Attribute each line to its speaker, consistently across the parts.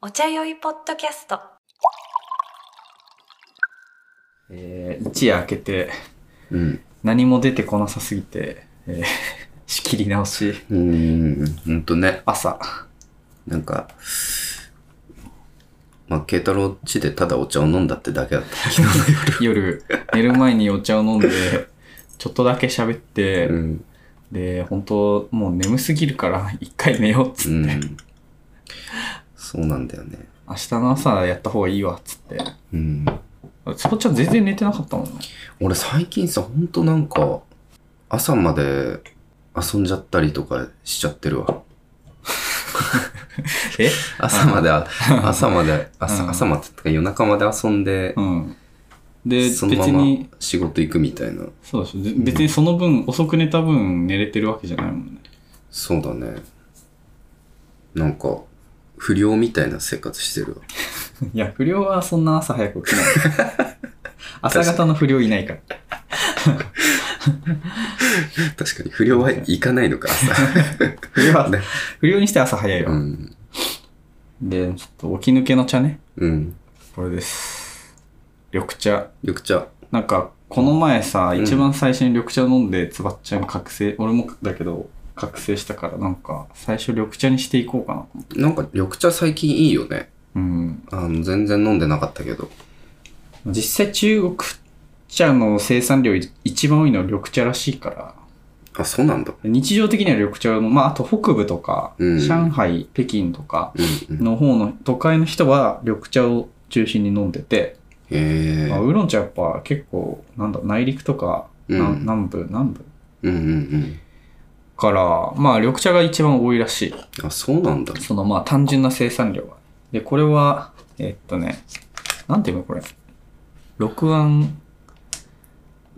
Speaker 1: お茶酔いポッドキャスト。
Speaker 2: えー一夜明けて、
Speaker 3: うん。
Speaker 2: 何も出てこなさすぎて、えー 仕切り直し、
Speaker 3: うーん。ほんとね。
Speaker 2: 朝。
Speaker 3: なんか、まあ、慶太郎家でただお茶を飲んだってだけだった。昨日の夜。
Speaker 2: 夜、寝る前にお茶を飲んで、 ちょっとだけ喋って、
Speaker 3: うん。
Speaker 2: で、本当もう眠すぎるから、一回寝ようっつって、
Speaker 3: うん。そうなんだよね。
Speaker 2: 明日の朝やった方がいいわっつって。
Speaker 3: うん。
Speaker 2: つぼちゃん全然寝てなかったもんね。
Speaker 3: 俺最近さ、ほんとなんか、朝まで遊んじゃったりとかしちゃってるわ。
Speaker 2: え
Speaker 3: 朝まで、朝まで、
Speaker 2: うん
Speaker 3: 朝、朝までってか夜中まで遊んで
Speaker 2: う、ん。で、
Speaker 3: そのま
Speaker 2: 別
Speaker 3: ま
Speaker 2: に、
Speaker 3: 仕事行くみたいな。
Speaker 2: そうでしょ。ぜ別にその分、遅く寝た分寝れてるわけじゃないもんね。
Speaker 3: そうだね。なんか、不良みたいな生活してるわ。
Speaker 2: いや、不良はそんな朝早く起きない。 朝方の不良いないから。
Speaker 3: 確かに不良は行かない のか朝
Speaker 2: 不良は
Speaker 3: ね、
Speaker 2: 不良にして朝早いわ。
Speaker 3: うん
Speaker 2: で、ちょっと起き抜けの茶ね。
Speaker 3: うん
Speaker 2: これです。緑茶。
Speaker 3: 緑茶
Speaker 2: なんか、この前さ、
Speaker 3: うん
Speaker 2: 一番最初に緑茶飲んで、つばっちゃん覚醒、俺もだけど、覚醒したから、なんか、最初緑茶にしていこうかなと思って。
Speaker 3: なんか緑茶最近いいよね
Speaker 2: うん。
Speaker 3: あの全然飲んでなかったけど
Speaker 2: 実際中国茶の生産量い一番多いのは緑茶らしいから、
Speaker 3: あそうなんだ
Speaker 2: 日常的には緑茶の、まあ、あと北部とか、
Speaker 3: うん
Speaker 2: 上海、北京とか、
Speaker 3: うん、うん、へ
Speaker 2: の方の都会の人は緑茶を中心に飲んでて、
Speaker 3: え
Speaker 2: まあ、ウーロン茶やっぱ結構なんだ内陸とか、な
Speaker 3: うん
Speaker 2: 南部南部
Speaker 3: うんうんうん
Speaker 2: からまあ緑茶が一番多いらしい
Speaker 3: あそうなんだ
Speaker 2: そのまあ単純な生産量はでこれはえっとねなんていうのこれ六安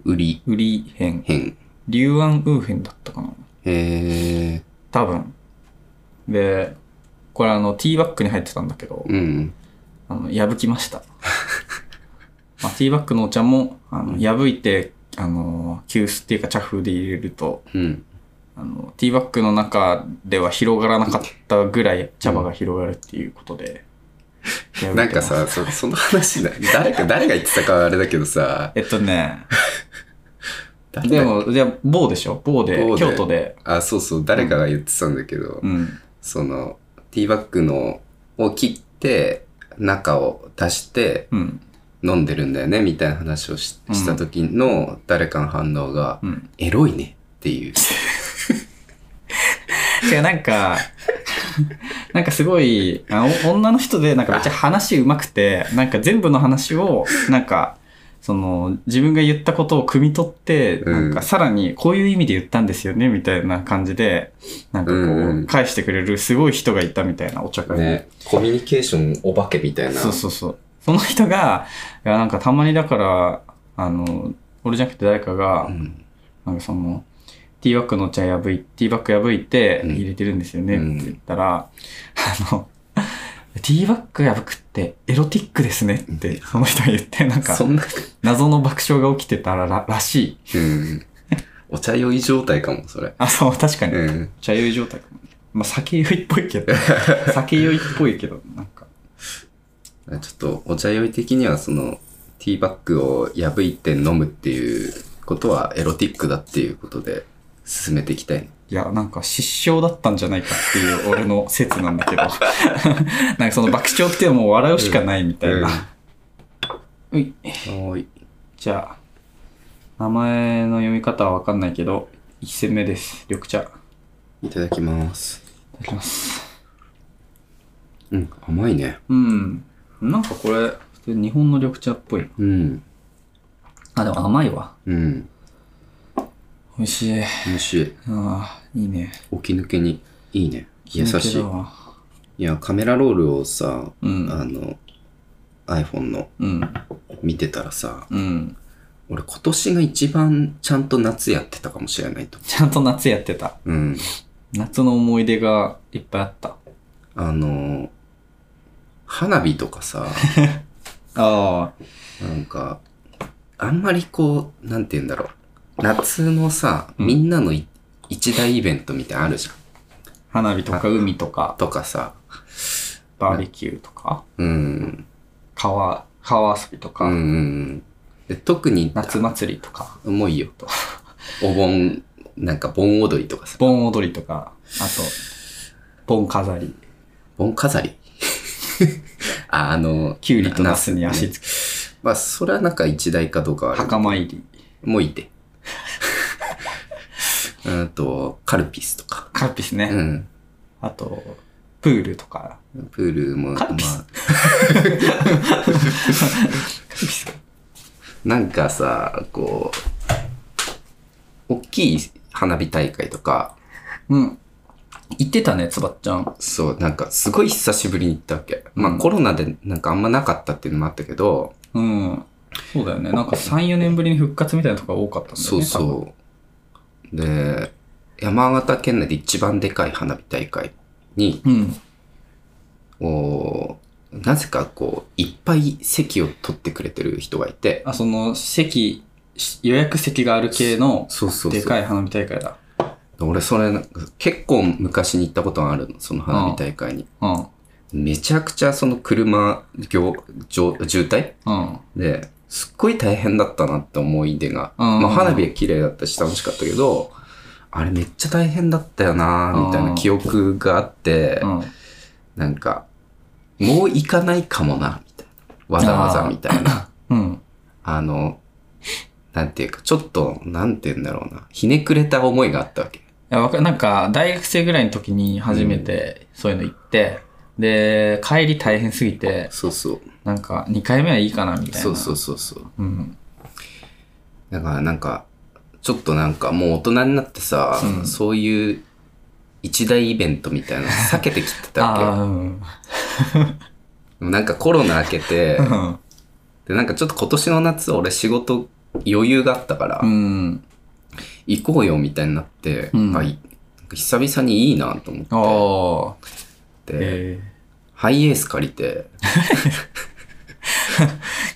Speaker 3: 売り
Speaker 2: ウリ編
Speaker 3: 変
Speaker 2: 龍安ウー編だったかな
Speaker 3: へえ
Speaker 2: 多分でこれあのティーバッグに入ってたんだけど、
Speaker 3: うん
Speaker 2: あの、破きま した。まあ、ティーバッグのお茶も、あの、破いて、あの、急須っていうか茶風で入れると、
Speaker 3: うん
Speaker 2: あの、ティーバッグの中では広がらなかったぐらい茶葉が広がるっていうことで。破いて
Speaker 3: なんか
Speaker 2: ま
Speaker 3: さ
Speaker 2: す、
Speaker 3: そその話な誰か誰が言ってたかはあれだけどさ
Speaker 2: えっとね、
Speaker 3: 誰が
Speaker 2: でも、じゃあ、某でしょ某で
Speaker 3: 某で
Speaker 2: 京都で。
Speaker 3: あそうそう誰かが言ってたんだけど、
Speaker 2: うん。
Speaker 3: そのティーバッグのを切って中を出して
Speaker 2: うん。
Speaker 3: 飲んでるんだよねみたいな話をし
Speaker 2: うん
Speaker 3: した時の誰かの反応が
Speaker 2: うん。
Speaker 3: 「エロいね」っていう。
Speaker 2: 違う、なんか、 なんかすごい、あお女の人で、なんかめっちゃ話うまくて、なんか全部の話を、なんか、その、自分が言ったことを汲み取って、
Speaker 3: うん
Speaker 2: なんかさらに、こういう意味で言ったんですよね、みたいな感じで、なんかこ
Speaker 3: うんう
Speaker 2: う、
Speaker 3: ん
Speaker 2: 返してくれるすごい人がいたみたいな、お茶会で。
Speaker 3: ね、コミュニケーションお化けみたいな。
Speaker 2: そうそうそう。その人が、いや、なんかたまにだから、あの、俺じゃなくて誰かが
Speaker 3: う、ん
Speaker 2: なんかその、ティーバッグのお茶破い、ティーバッグ破いて
Speaker 3: うん
Speaker 2: 入れてるんですよね
Speaker 3: うん
Speaker 2: って言ったら、あの、 ティーバッグ破くってエロティックですねってその人が言って、なんか
Speaker 3: そんな、
Speaker 2: 謎の爆笑が起きてたらららしい。
Speaker 3: うん。お茶酔い状態かも、それ。
Speaker 2: あ、そう、確かに。
Speaker 3: うん。
Speaker 2: 茶酔い状態かも。まあ、酒酔いっぽいけ ど、酒酔いっぽいけど、なんか。
Speaker 3: ちょっと、お茶酔い的には、その、ティーバッグを破いて飲むっていうことはエロティックだっていうことで進めていきたいね。
Speaker 2: いや、なんか失笑だったんじゃないかっていう俺の説なんだけど。 なんかその爆笑っていうのはもう笑うしかないみたいな。うい。
Speaker 3: うんはい。
Speaker 2: じゃあ、名前の読み方はわかんないけど、1戦目です。緑茶。い
Speaker 3: いただきます。
Speaker 2: ただきます。
Speaker 3: うん、甘いね。
Speaker 2: うん。なんかこれ、普通に日本の緑茶っぽい。
Speaker 3: うん。
Speaker 2: あ、でも甘いわ。
Speaker 3: うん。
Speaker 2: 美味しい。あ
Speaker 3: 面白い。
Speaker 2: あ、いいね。
Speaker 3: 起き抜けに、いいね。優
Speaker 2: 気
Speaker 3: し
Speaker 2: 抜け
Speaker 3: い
Speaker 2: だ。わ
Speaker 3: いや、カメラロールをさ、
Speaker 2: うん
Speaker 3: あの、iPhone の
Speaker 2: うん。
Speaker 3: 見てたらさ、
Speaker 2: うん。
Speaker 3: 俺今年が一番ちゃんと夏やってたかもしれないと。
Speaker 2: ちゃんと夏やってた。
Speaker 3: うん。
Speaker 2: 夏の思い出がいっぱいあった。
Speaker 3: あの、花火と かさ、
Speaker 2: ああ。
Speaker 3: なんか、あんまりこう、なんて言うんだろう。夏のさ、
Speaker 2: うん
Speaker 3: みんなのい一大イベントみたいなのあるじゃん。
Speaker 2: 花火とか海とか、
Speaker 3: とかさ、
Speaker 2: バーベキューとか、
Speaker 3: うん。
Speaker 2: 川、川遊びと
Speaker 3: うんう
Speaker 2: か、
Speaker 3: んうん。で特に、
Speaker 2: 夏祭りとか、
Speaker 3: もういいよと。お盆、なんか盆踊りとかさ、
Speaker 2: 盆踊りとか、あと、盆飾り、
Speaker 3: 盆飾り あ、あの、
Speaker 2: きゅうりとナスに足
Speaker 3: ナスね
Speaker 2: つけ、
Speaker 3: まあ、それはなんか一大かどうかはある
Speaker 2: 墓参り、
Speaker 3: もういいって。うんと、カルピスとか。
Speaker 2: カルピスね、
Speaker 3: うん。
Speaker 2: あと、プールとか、
Speaker 3: プールも、
Speaker 2: カルピス
Speaker 3: まあ、なんかさ、こう、大きい花火大会とか、
Speaker 2: うん。行ってたね、つばっちゃん。
Speaker 3: そう、なんかすごい久しぶりに行ったわけ。
Speaker 2: うん
Speaker 3: まあコロナでなんかあんまなかったっていうのもあったけど、
Speaker 2: うん。そうだよね。なんか3、4年ぶりに復活みたいなとこが多かったんだよね。
Speaker 3: そう
Speaker 2: 多分。
Speaker 3: そう。で、山形県内で一番でかい花火大会に、
Speaker 2: うん。
Speaker 3: おーなぜかこう、いっぱい席を取ってくれてる人がいて、
Speaker 2: あ、その、席、し予約席がある系の、
Speaker 3: そうそうそう。
Speaker 2: でかい花火大会だ。
Speaker 3: 俺それなんか、結構昔に行ったことがあるの、その花火大会に。
Speaker 2: うん。
Speaker 3: めちゃくちゃその車行、状渋滞
Speaker 2: うん。
Speaker 3: で、すっごい大変だったなって思い出が。
Speaker 2: うん
Speaker 3: まあ花火は綺麗だったし楽しかったけど、あれめっちゃ大変だったよなみたいな記憶があって、
Speaker 2: うん。
Speaker 3: なんか、もう行かないかもな、みたいな。わざわざみたいな。
Speaker 2: うん。
Speaker 3: あの、なんていうか、ちょっと、なんて言うんだろうな。ひねくれた思いがあったわけ。
Speaker 2: いや、わかなんか、大学生ぐらいの時に初めてそういうの行って、で、帰り大変すぎて、
Speaker 3: そうそう。
Speaker 2: なんか、2回目はいいかな、みたいな。
Speaker 3: そうそうそうそう。
Speaker 2: うん。
Speaker 3: だからなんか、ちょっとなんかもう大人になってさ、
Speaker 2: うん
Speaker 3: そういう一大イベントみ たいなの避けてきてた
Speaker 2: あ
Speaker 3: わ
Speaker 2: あ
Speaker 3: け。
Speaker 2: ー、うん。
Speaker 3: でもなんかコロナ明け て、でなんかちょっと今年の夏俺仕事余裕があったから、
Speaker 2: うん。
Speaker 3: 行こうよみたいになって、
Speaker 2: うん
Speaker 3: あいなんか久々にいいなと思
Speaker 2: あ
Speaker 3: っ
Speaker 2: あ。
Speaker 3: て、
Speaker 2: え
Speaker 3: ハイエース借 りて、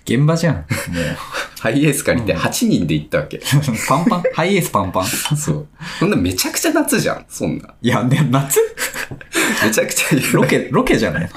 Speaker 2: ー、現場じゃん。もう。
Speaker 3: ハイエース借りて
Speaker 2: うん
Speaker 3: 8人で行ったわけ。
Speaker 2: パンパン。ハイエースパンパン。
Speaker 3: そう。そんなめちゃくちゃ夏じゃん、そんな。
Speaker 2: いや、ね、夏
Speaker 3: めちゃくちゃ、
Speaker 2: ロケ、ロケじゃない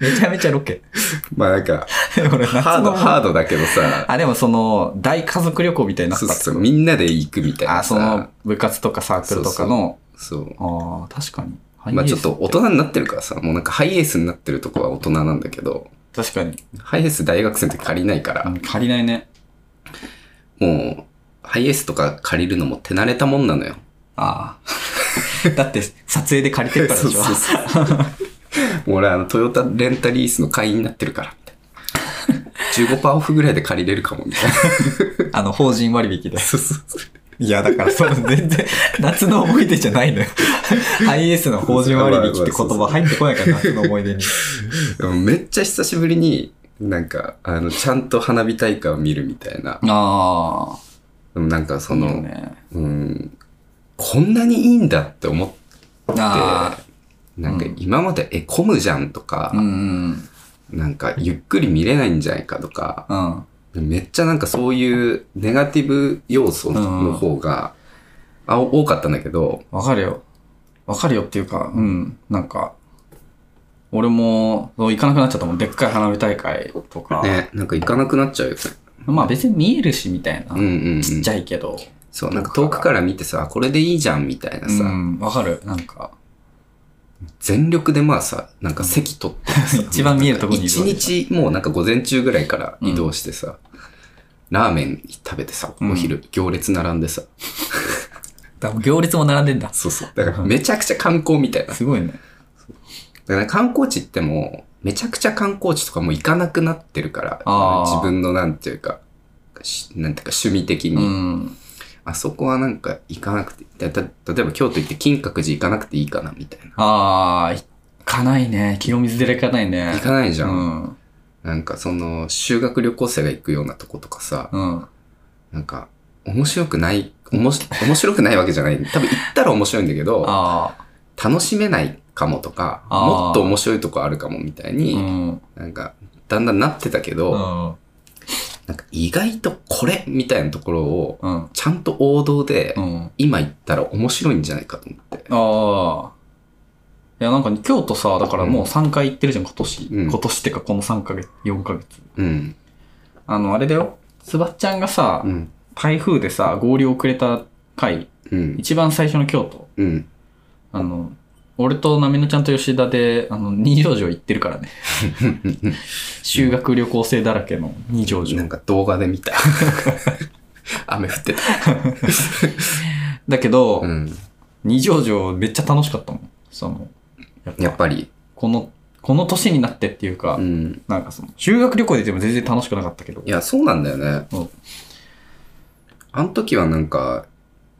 Speaker 2: めちゃめちゃロケ。
Speaker 3: まあなんか、
Speaker 2: 俺夏の
Speaker 3: ハード、ハードだけどさ、
Speaker 2: あ、でもその、大家族旅行みたいになっ
Speaker 3: そ
Speaker 2: た
Speaker 3: う
Speaker 2: って
Speaker 3: そう、みんなで行くみたいな
Speaker 2: あ、
Speaker 3: さ。
Speaker 2: その、部活とかサークルとかの、
Speaker 3: そう。
Speaker 2: ああ、確かに。ハイエ
Speaker 3: まあ
Speaker 2: ース
Speaker 3: ちょっと大人になってるからさ、もうなんかハイエースになってるとこは大人なんだけど、
Speaker 2: 確かに。
Speaker 3: ハイエース大学生の時借りないか
Speaker 2: う
Speaker 3: ら
Speaker 2: ん、借りないね。
Speaker 3: もう、ハイエースとか借りるのも手慣れたもんなのよ。
Speaker 2: ああ。 だって、撮影で借りてるからでしょ。
Speaker 3: そうそうそう。 俺、あの、トヨタレンタリースの会員になってるから、みたいな。15%オフぐ らいで借りれるかも、みたいな。
Speaker 2: あの、法人割引で。
Speaker 3: そうそうそう。
Speaker 2: いや、だから、その、全然、 夏の思い出じゃ ないのよ。ハイエースの法人割引って言葉入ってこないから、夏の思い出に。
Speaker 3: でもめっちゃ久しぶりに、なんか、あの、ちゃんと花火大会を見るみたいな。
Speaker 2: ああ。
Speaker 3: でもなんかそ
Speaker 2: いい
Speaker 3: の、
Speaker 2: よね。
Speaker 3: うん、こんなにいいんだって思って、
Speaker 2: ああ。
Speaker 3: なんか今まで、え、混むじゃんとか、
Speaker 2: うんうん
Speaker 3: なんかゆっくり見れないんじゃないかとか、
Speaker 2: うん。うん。
Speaker 3: めっちゃなんかそういうネガティブ要素の方が、あ多かったんだけど、
Speaker 2: わかるよ。わかるよっていうか、うん、なんか、俺も、そう行かなくなっちゃったもん。でっかい花火大会とか。
Speaker 3: ね、なんか行かなくなっちゃうよね。
Speaker 2: まあ別に見えるし、みたいな。
Speaker 3: うんうん、うん。
Speaker 2: ちっちゃいけど。
Speaker 3: そう、なんか遠くから見てさ、これでいいじゃんみたいな
Speaker 2: う
Speaker 3: さ、
Speaker 2: ん、わかる。なんか、
Speaker 3: 全力でまあさ、なんか席取ってさ
Speaker 2: 一番見えるとこにいる
Speaker 3: 一日もうなんか午前中ぐらいから移動してさ、ラーメン食べてさ、お昼行列並んでさ、
Speaker 2: だ行列も並んでんだ。
Speaker 3: そうそう。だからめちゃくちゃ観光みたいな。だか
Speaker 2: すごいね。
Speaker 3: らね観光地ってもう、めちゃくちゃ観光地とかもう行かなくなってるから、
Speaker 2: あー
Speaker 3: 自分のなんていうか、しなんていうか趣味的に、
Speaker 2: うん。
Speaker 3: あそこはなんか行かなくて、だだ例えば京都行って金閣寺行かなくていいかなみたいな。
Speaker 2: ああ、行かないね。清水寺行かないね。
Speaker 3: 行かないじゃん。
Speaker 2: うん。
Speaker 3: なんかその修学旅行生が行くようなとことかさ、
Speaker 2: うん。
Speaker 3: なんか面白くない、おもし面白くないわけじゃない。多分行ったら面白いんだけど、
Speaker 2: ああ。
Speaker 3: 楽しめないかもとか、
Speaker 2: あー
Speaker 3: もっと面白いとこあるかもみたいに、
Speaker 2: うん。
Speaker 3: なんか、だんだんなってたけど、
Speaker 2: うん。
Speaker 3: なんか意外とこれみたいなところを、
Speaker 2: うん。
Speaker 3: ちゃんと王道で、
Speaker 2: うん。
Speaker 3: 今行ったら面白いんじゃないかと思って。
Speaker 2: ああ。いや、なんか京都さ、だからもう3回行ってるじゃん、今年。
Speaker 3: うん
Speaker 2: 今年ってか、この3ヶ月、4ヶ月。
Speaker 3: うん。
Speaker 2: あの、あれだよ。つばっちゃんがさ、
Speaker 3: うん。
Speaker 2: 台風でさ、合流遅れた回、
Speaker 3: うん。
Speaker 2: 一番最初の京都。
Speaker 3: うん。
Speaker 2: あの、俺となみのちゃんと吉田で、あの、二条城行ってるから ね。修学旅行生だらけの二条城。
Speaker 3: なんか動画で見た。 雨降ってた。
Speaker 2: だけど、
Speaker 3: うん。
Speaker 2: 二条城めっちゃ楽しかったもん。その、やっぱ
Speaker 3: やっぱり。
Speaker 2: この、この年になってっていうか、
Speaker 3: うん。
Speaker 2: なんかその、修学旅行で行っても全然楽しくなかったけど
Speaker 3: い。や、そうなんだよね。
Speaker 2: うん
Speaker 3: あの時はなんか、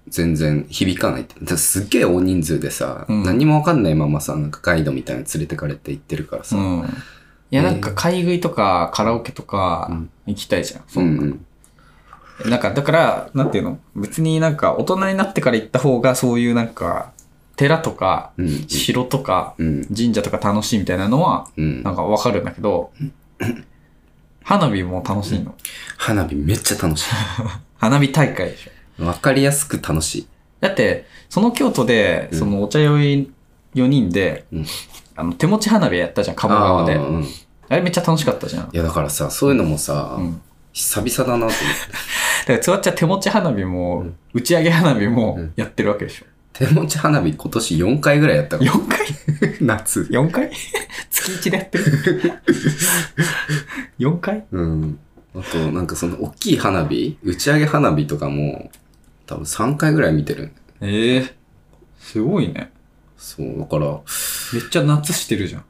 Speaker 3: 全然響かないって。だすっげえ大人数でさ、
Speaker 2: うん
Speaker 3: 何もわかんないままさ、なんかガイドみたいなの連れてかれて行ってるから
Speaker 2: う
Speaker 3: さ。
Speaker 2: ん。いや、なんか買い食いとかカラオケと
Speaker 3: う
Speaker 2: か
Speaker 3: ん
Speaker 2: 行きたいじゃん。
Speaker 3: う
Speaker 2: そんな、
Speaker 3: ん。
Speaker 2: なんか、だから、なんていうの別になんか大人になってから行った方がそういうなんか、寺とか、
Speaker 3: うん。
Speaker 2: 城とか、
Speaker 3: うん。
Speaker 2: 神社とか楽しいみたいなのは、
Speaker 3: うん
Speaker 2: な。んかわかるんだけど、花火も楽しいの。
Speaker 3: 花火めっちゃ楽し
Speaker 2: 花火大会でしょ。
Speaker 3: い。わかりやすく楽しい。
Speaker 2: だって、その京都で、
Speaker 3: うん
Speaker 2: そのお茶酔い4人で、
Speaker 3: うん
Speaker 2: あの手持ち花火やったじゃん、鴨川で。
Speaker 3: あー
Speaker 2: あ
Speaker 3: うんい
Speaker 2: れめっちゃ楽しかったじゃん。
Speaker 3: や、だからさ、そういうのもさ、
Speaker 2: うん。
Speaker 3: 久々だなと思って。
Speaker 2: だから、つわっちゃん手持ち花火も、
Speaker 3: うん
Speaker 2: 打ち上げ花火も
Speaker 3: うん
Speaker 2: やってるわけでしょ。
Speaker 3: 手持ち花火今年4回ぐらいやったから。
Speaker 2: 4回
Speaker 3: 夏。
Speaker 2: ?4 回 月1でやってる。4回
Speaker 3: うん。あと、なんかその大きい花火、打ち上げ花火とかも、多分3回ぐらい見てる。
Speaker 2: ええすごいね。
Speaker 3: そう、だから、
Speaker 2: めっちゃ夏してるじゃん。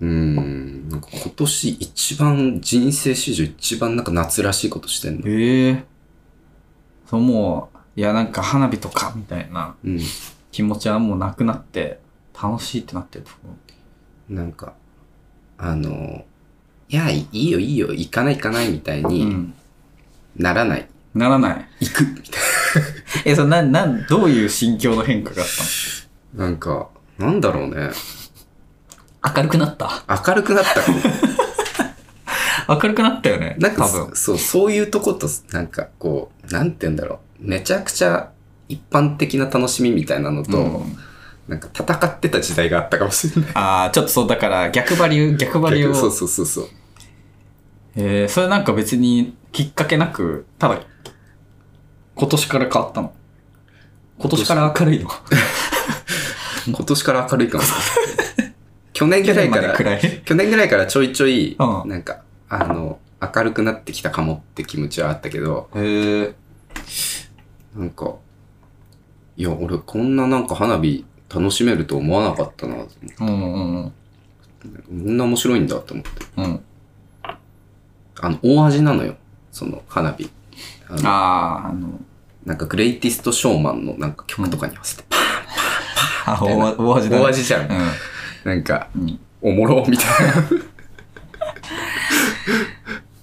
Speaker 3: うん、なんか今年一番、人生史上一番なんか夏らしいことしてんの。
Speaker 2: ええそう、もう、いや、なんか花火とか、みたいな
Speaker 3: うん。
Speaker 2: 気持ちはもうなくなって、楽しいってなってると思う。
Speaker 3: なんか、あの、いや、いいよいいよ、行かない行かないみたいうに
Speaker 2: ん。
Speaker 3: ならない。
Speaker 2: ならない。
Speaker 3: 行くみたい
Speaker 2: え、その、なん、なん、どういう心境の変化があった
Speaker 3: な。なんか、なんだろうね。
Speaker 2: の明るくなった
Speaker 3: 明るくなっ たかも。
Speaker 2: 明るくなったよね。
Speaker 3: なんか
Speaker 2: 多分。
Speaker 3: そう、そういうとこと、なんかこう、なんて言うんだろう。めちゃくちゃ一般的な楽しみみたいなのと、
Speaker 2: うん
Speaker 3: なんか戦ってた時代があったかもしれない。
Speaker 2: ああ、ちょっとそう、だから、逆張り、逆張りを。
Speaker 3: 逆そうそうそうそう。
Speaker 2: えー、それなんか別にきっかけなく、ただ、今年から変わったの。今年から明るいの。
Speaker 3: 今年から明るいかも。 去年ぐら
Speaker 2: 去年
Speaker 3: いか
Speaker 2: まで
Speaker 3: ら、
Speaker 2: 暗い。
Speaker 3: 去年ぐらいからちょいちょい、
Speaker 2: うん
Speaker 3: なんか、あの、明るくなってきたかもって気持ちはあったけど、
Speaker 2: えー、
Speaker 3: なんか、いや、俺こんななんか花火楽しめると思わなかったな。こ
Speaker 2: うんうんうん。
Speaker 3: んな面白いんだと思って。
Speaker 2: うん。
Speaker 3: あの、大味なのよ。その花火。あの
Speaker 2: ああ、あの、
Speaker 3: なんか、グレイティストショーマンのなんか曲とかに合わせて、
Speaker 2: あ大大味だ、ね。
Speaker 3: 大。味じゃん。
Speaker 2: う
Speaker 3: なんか、
Speaker 2: ん。うん。
Speaker 3: おもろみたいな。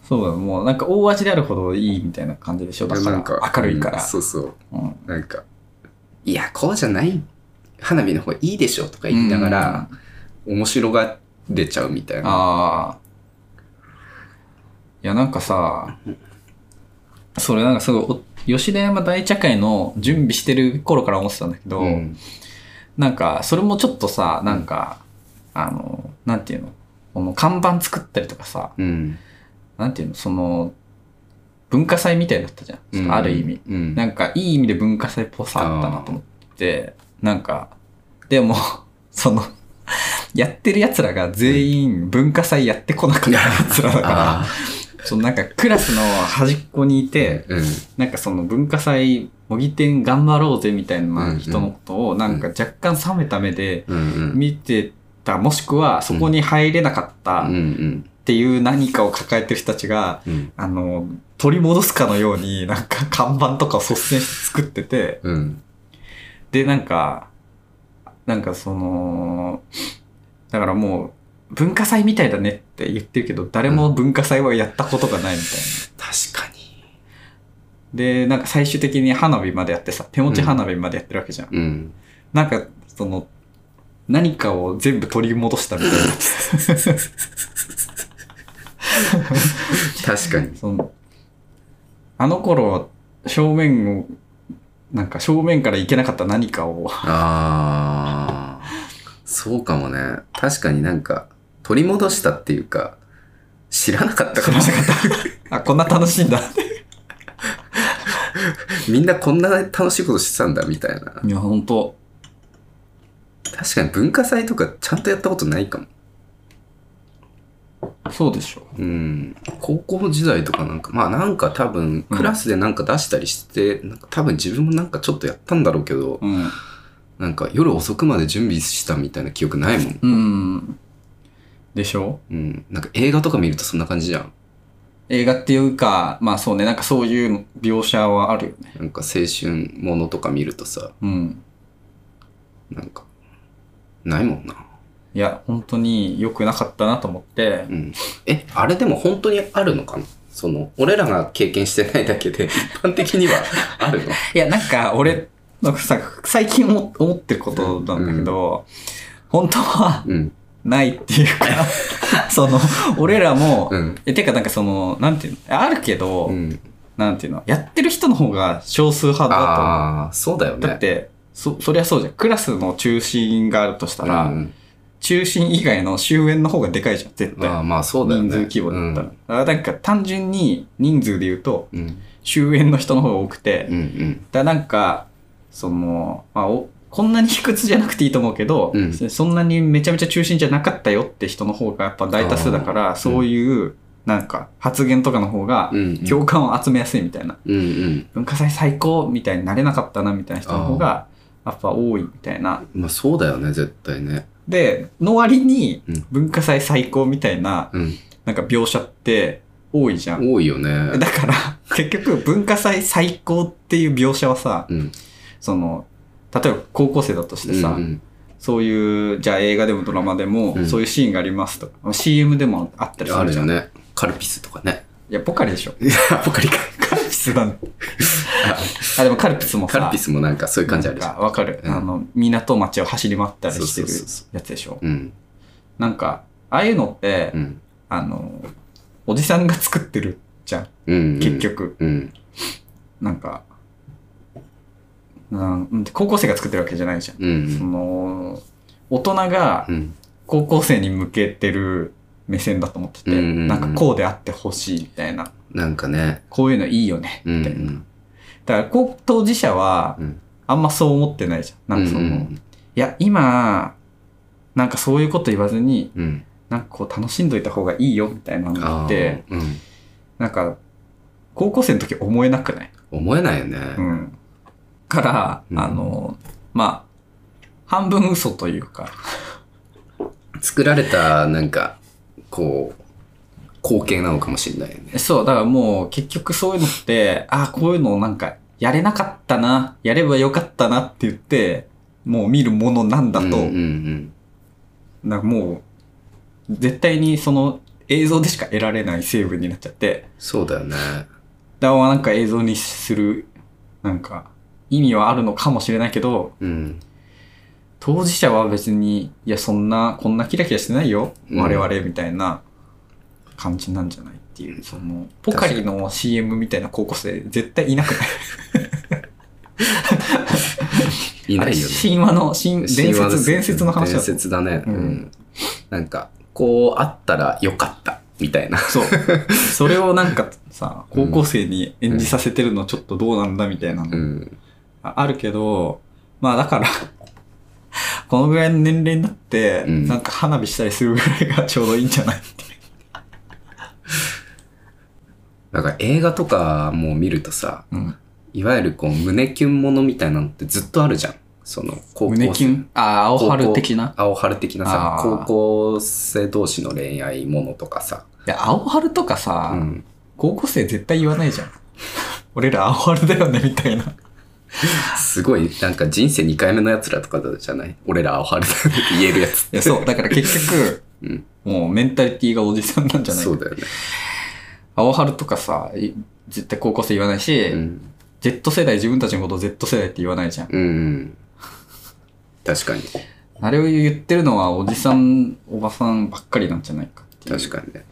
Speaker 2: そうだ、もうなんか大味であるほどいいみたいな感じでしょ。だから、
Speaker 3: なんか
Speaker 2: 明るいか
Speaker 3: う
Speaker 2: ら
Speaker 3: ん。そうそう。
Speaker 2: うん。
Speaker 3: なんか、いや、こうじゃない。花火の方がいいでしょとか言いながら、面白がれちゃうみたいな。
Speaker 2: ああ。いや、なんかさ、それなんかすごいお、吉田山大茶会の準備してる頃から思ってたんだけど、
Speaker 3: うん
Speaker 2: なんか、それもちょっとさ、なんか、あの、なんていうのこの看板作ったりとかさ、
Speaker 3: うん。
Speaker 2: なんていうのその、文化祭みたいだったじゃん。
Speaker 3: うん
Speaker 2: ある意味。。
Speaker 3: うん。
Speaker 2: なんか、いい意味で文化祭っぽさあったなと思って、なんか、でも、 その、やってる奴らが全員文化祭やってこなかった奴らだか
Speaker 3: ああ。
Speaker 2: ら、そのなんかクラスの端っこにいて、
Speaker 3: うん。
Speaker 2: なんかその文化祭、模擬店頑張ろうぜみたいな人のことを、なんか若干冷めた目で、
Speaker 3: うんうん。
Speaker 2: 見てたもしくはそこに入れなかった
Speaker 3: う
Speaker 2: っ
Speaker 3: ん
Speaker 2: ていう何かを抱えてる人たちが、
Speaker 3: うん。
Speaker 2: あの取り戻すかのようになんか看板とかを率先して作ってて
Speaker 3: うん。
Speaker 2: でなんかなんかそのだからもう文化祭みたいだねって言ってるけど誰も文化祭はやったことがないみたいな。
Speaker 3: 確かに。
Speaker 2: でなんか最終的に花火までやってさ手持ち花火までやってるわけじゃん。
Speaker 3: うん。
Speaker 2: なんかその何かを全部取り戻した みたいな。
Speaker 3: 確かに。
Speaker 2: そのあの頃正面をなんか正面から行けなかった何かを
Speaker 3: ああ。そうかもね。確かになんか、取り戻したっていうか、知らなかったかもしれない。
Speaker 2: あ、こんな楽しいんだ。
Speaker 3: みんなこんな楽しいことしてたんだ、みたいな。
Speaker 2: いや、ほんと。
Speaker 3: 確かに文化祭とかちゃんとやったことないかも。
Speaker 2: そうでしょ。
Speaker 3: うん。高校時代とかなんか、まあなんか多分、
Speaker 2: うん
Speaker 3: クラスでなんか出したりして、なんか多分自分もなんかちょっとやったんだろうけど、
Speaker 2: うん。
Speaker 3: なんか夜遅くまで準備したみたいな記憶ないもん。
Speaker 2: うん。でしょ
Speaker 3: うん。なんか映画とか見るとそんな感じじゃん。
Speaker 2: 映画っていうか、まあそうね、なんかそういう描写はあるよね。
Speaker 3: なんか青春ものとか見るとさ、
Speaker 2: うん。
Speaker 3: なんか、ないもんな。
Speaker 2: いや、本当に良くなかったなと思って
Speaker 3: う、ん。え、あれでも本当にあるのかなその、俺らが経験してないだけで、一般的には あるの。
Speaker 2: いや、なんか俺のさ、最近思思ってることなんだけど、本当は
Speaker 3: うん。
Speaker 2: ないっていうか、その、俺らも、
Speaker 3: うん。
Speaker 2: え、てかなんかその、なんていうの、あるけど、
Speaker 3: うん。
Speaker 2: なんていうの、やってる人の方が少数派だと思う。
Speaker 3: ああ、そうだよね。
Speaker 2: だって、そ、そりゃそうじゃん。クラスの中心があるとしたら、
Speaker 3: うん
Speaker 2: 中心以外の周縁の方がでかいじゃん、絶対。
Speaker 3: まあまあ、そうだよね。
Speaker 2: 人数規模だったら。
Speaker 3: うん
Speaker 2: だからなんか単純に人数で言うと、
Speaker 3: うん。
Speaker 2: 周縁の人の方が多くて、
Speaker 3: うんうん。
Speaker 2: だからなんか、その、まあお、こんなに卑屈じゃなくていいと思うけど、
Speaker 3: うん
Speaker 2: そそんなにめちゃめちゃ中心じゃなかったよって人の方がやっぱ大多数だか
Speaker 3: あー
Speaker 2: ら、そういう、なんか発言とかの方が
Speaker 3: うんうん。
Speaker 2: 共感を集めやすいみたいな。
Speaker 3: うんうん。
Speaker 2: 文化祭最高みたいになれなかったなみたいな人の方がやっぱ多いみたいな。
Speaker 3: まあ、そうだよね、絶対ね。
Speaker 2: で、の割に
Speaker 3: うん
Speaker 2: 文化祭最高みたいな
Speaker 3: うん。
Speaker 2: なんか描写って多いじゃん。
Speaker 3: 多いよね。
Speaker 2: だから 結局文化祭最高っていう描写はさ、
Speaker 3: うん。
Speaker 2: その、例えば高校生だとしてさ、
Speaker 3: うん
Speaker 2: そういう、じゃあ映画でもドラマでも
Speaker 3: うん
Speaker 2: そういうシーンがありますとか、CM でもあった
Speaker 3: う
Speaker 2: り
Speaker 3: ん、
Speaker 2: す
Speaker 3: あ
Speaker 2: る
Speaker 3: る
Speaker 2: じゃ
Speaker 3: よ
Speaker 2: ん。
Speaker 3: ね。カルピスとかね。
Speaker 2: いや、ポカリでしょ。
Speaker 3: いやポカリか。
Speaker 2: カルピスなんてあ、でもカルピスも
Speaker 3: カ
Speaker 2: さ、
Speaker 3: ルピスもなんかそういう感じあるじ
Speaker 2: なん
Speaker 3: ゃん。
Speaker 2: かわかる、
Speaker 3: うん
Speaker 2: あの港町を走り回ったりしてる
Speaker 3: そうそうそ
Speaker 2: やつでしょ
Speaker 3: うん。
Speaker 2: なんかああいうのって、
Speaker 3: うん。
Speaker 2: あのおじさんが作ってるじゃん
Speaker 3: うん。
Speaker 2: 結。局、
Speaker 3: うん。
Speaker 2: なんかなん高校生が作ってるわけじゃないじゃん、
Speaker 3: う
Speaker 2: そ
Speaker 3: ん。
Speaker 2: の大人が
Speaker 3: うん。
Speaker 2: 高校生に向けてる目線だと思ってて、
Speaker 3: うんうんうん
Speaker 2: なんかこうであってほしいみたいな
Speaker 3: なんかね。
Speaker 2: こういうのいいよね
Speaker 3: う
Speaker 2: み
Speaker 3: んう
Speaker 2: たいな、
Speaker 3: ん。
Speaker 2: だからこう当事者は
Speaker 3: うん
Speaker 2: あんまそう思ってないじゃんなんかその、いや、今、なんかそういうこと言わずに、
Speaker 3: うんうん。
Speaker 2: なんかこう楽しんどいた方がいいよみたいなの
Speaker 3: あ
Speaker 2: があ
Speaker 3: あ。
Speaker 2: って、
Speaker 3: うん。
Speaker 2: なんか、高校生の時思えなくない
Speaker 3: 思えないよね。
Speaker 2: うん。から、
Speaker 3: うん
Speaker 2: あの、まあ、半分嘘というか、
Speaker 3: 作られた、なんか、こう、光景なのかもしれないよね。
Speaker 2: そう、だからもう結局そういうのって、ああ、こういうのをなんか、やれなかったな、やればよかったなって言って、もう見るものなんだと、
Speaker 3: うんうん
Speaker 2: なんかもう、絶対にその映像でしか得られない成分になっちゃって、
Speaker 3: そうだよね。
Speaker 2: 談話なんか映像にする、なんか、意味はあるのかもしれないけど、
Speaker 3: うん。
Speaker 2: 当事者は別に、いや、そんな、こんなキラキラしてないよ、
Speaker 3: うん
Speaker 2: 我々、みたいな感じなんじゃないっていう、その、ポカリの CM みたいな高校生、絶対いなくない
Speaker 3: いないよ
Speaker 2: あ
Speaker 3: ね
Speaker 2: れ。神話の、神伝
Speaker 3: 神話です
Speaker 2: 説、伝説の話だ
Speaker 3: 伝
Speaker 2: と
Speaker 3: 説だね。う
Speaker 2: うん
Speaker 3: ん。なんか、こうあったらよかった、みたいな。
Speaker 2: そう。 それをなんかさ、高校生に演じさせてるのちょっとどうなんだみたいなの
Speaker 3: うん。
Speaker 2: ああるけど、まあだから、このぐらいの年齢になって、
Speaker 3: うん
Speaker 2: なんか花火したりするぐらいがちょうどいいんじゃないって。
Speaker 3: なんか映画とかも見るとさ、
Speaker 2: うん。
Speaker 3: いわゆるこう胸キュンものみたいなのってずっとあるじゃん。その、高校生。
Speaker 2: 胸キュンああ、青春的な。
Speaker 3: 青春的なさ、
Speaker 2: あー
Speaker 3: 高校生同士の恋愛ものとかさ。
Speaker 2: いや、青春とかさ、
Speaker 3: うん。
Speaker 2: 高校生絶対言わないじゃん。 俺ら青春だよね、みたいな。
Speaker 3: すごい、なんか人生2回目のやつらとかじゃない俺ら青春だよって言えるやつ。
Speaker 2: いや、そう。だから結局、
Speaker 3: うん
Speaker 2: もうメンタリティがおじさんなんじゃない
Speaker 3: そうだよね。
Speaker 2: 青春とかさ、い絶対高校生言わないし、
Speaker 3: うん。
Speaker 2: Z 世代、自分たちのことを Z 世代って言わないじゃん。
Speaker 3: うんうん。確かに。
Speaker 2: あれを言ってるのはおじさん、 おばさんばっかりなんじゃないかっていう。
Speaker 3: 確かにね、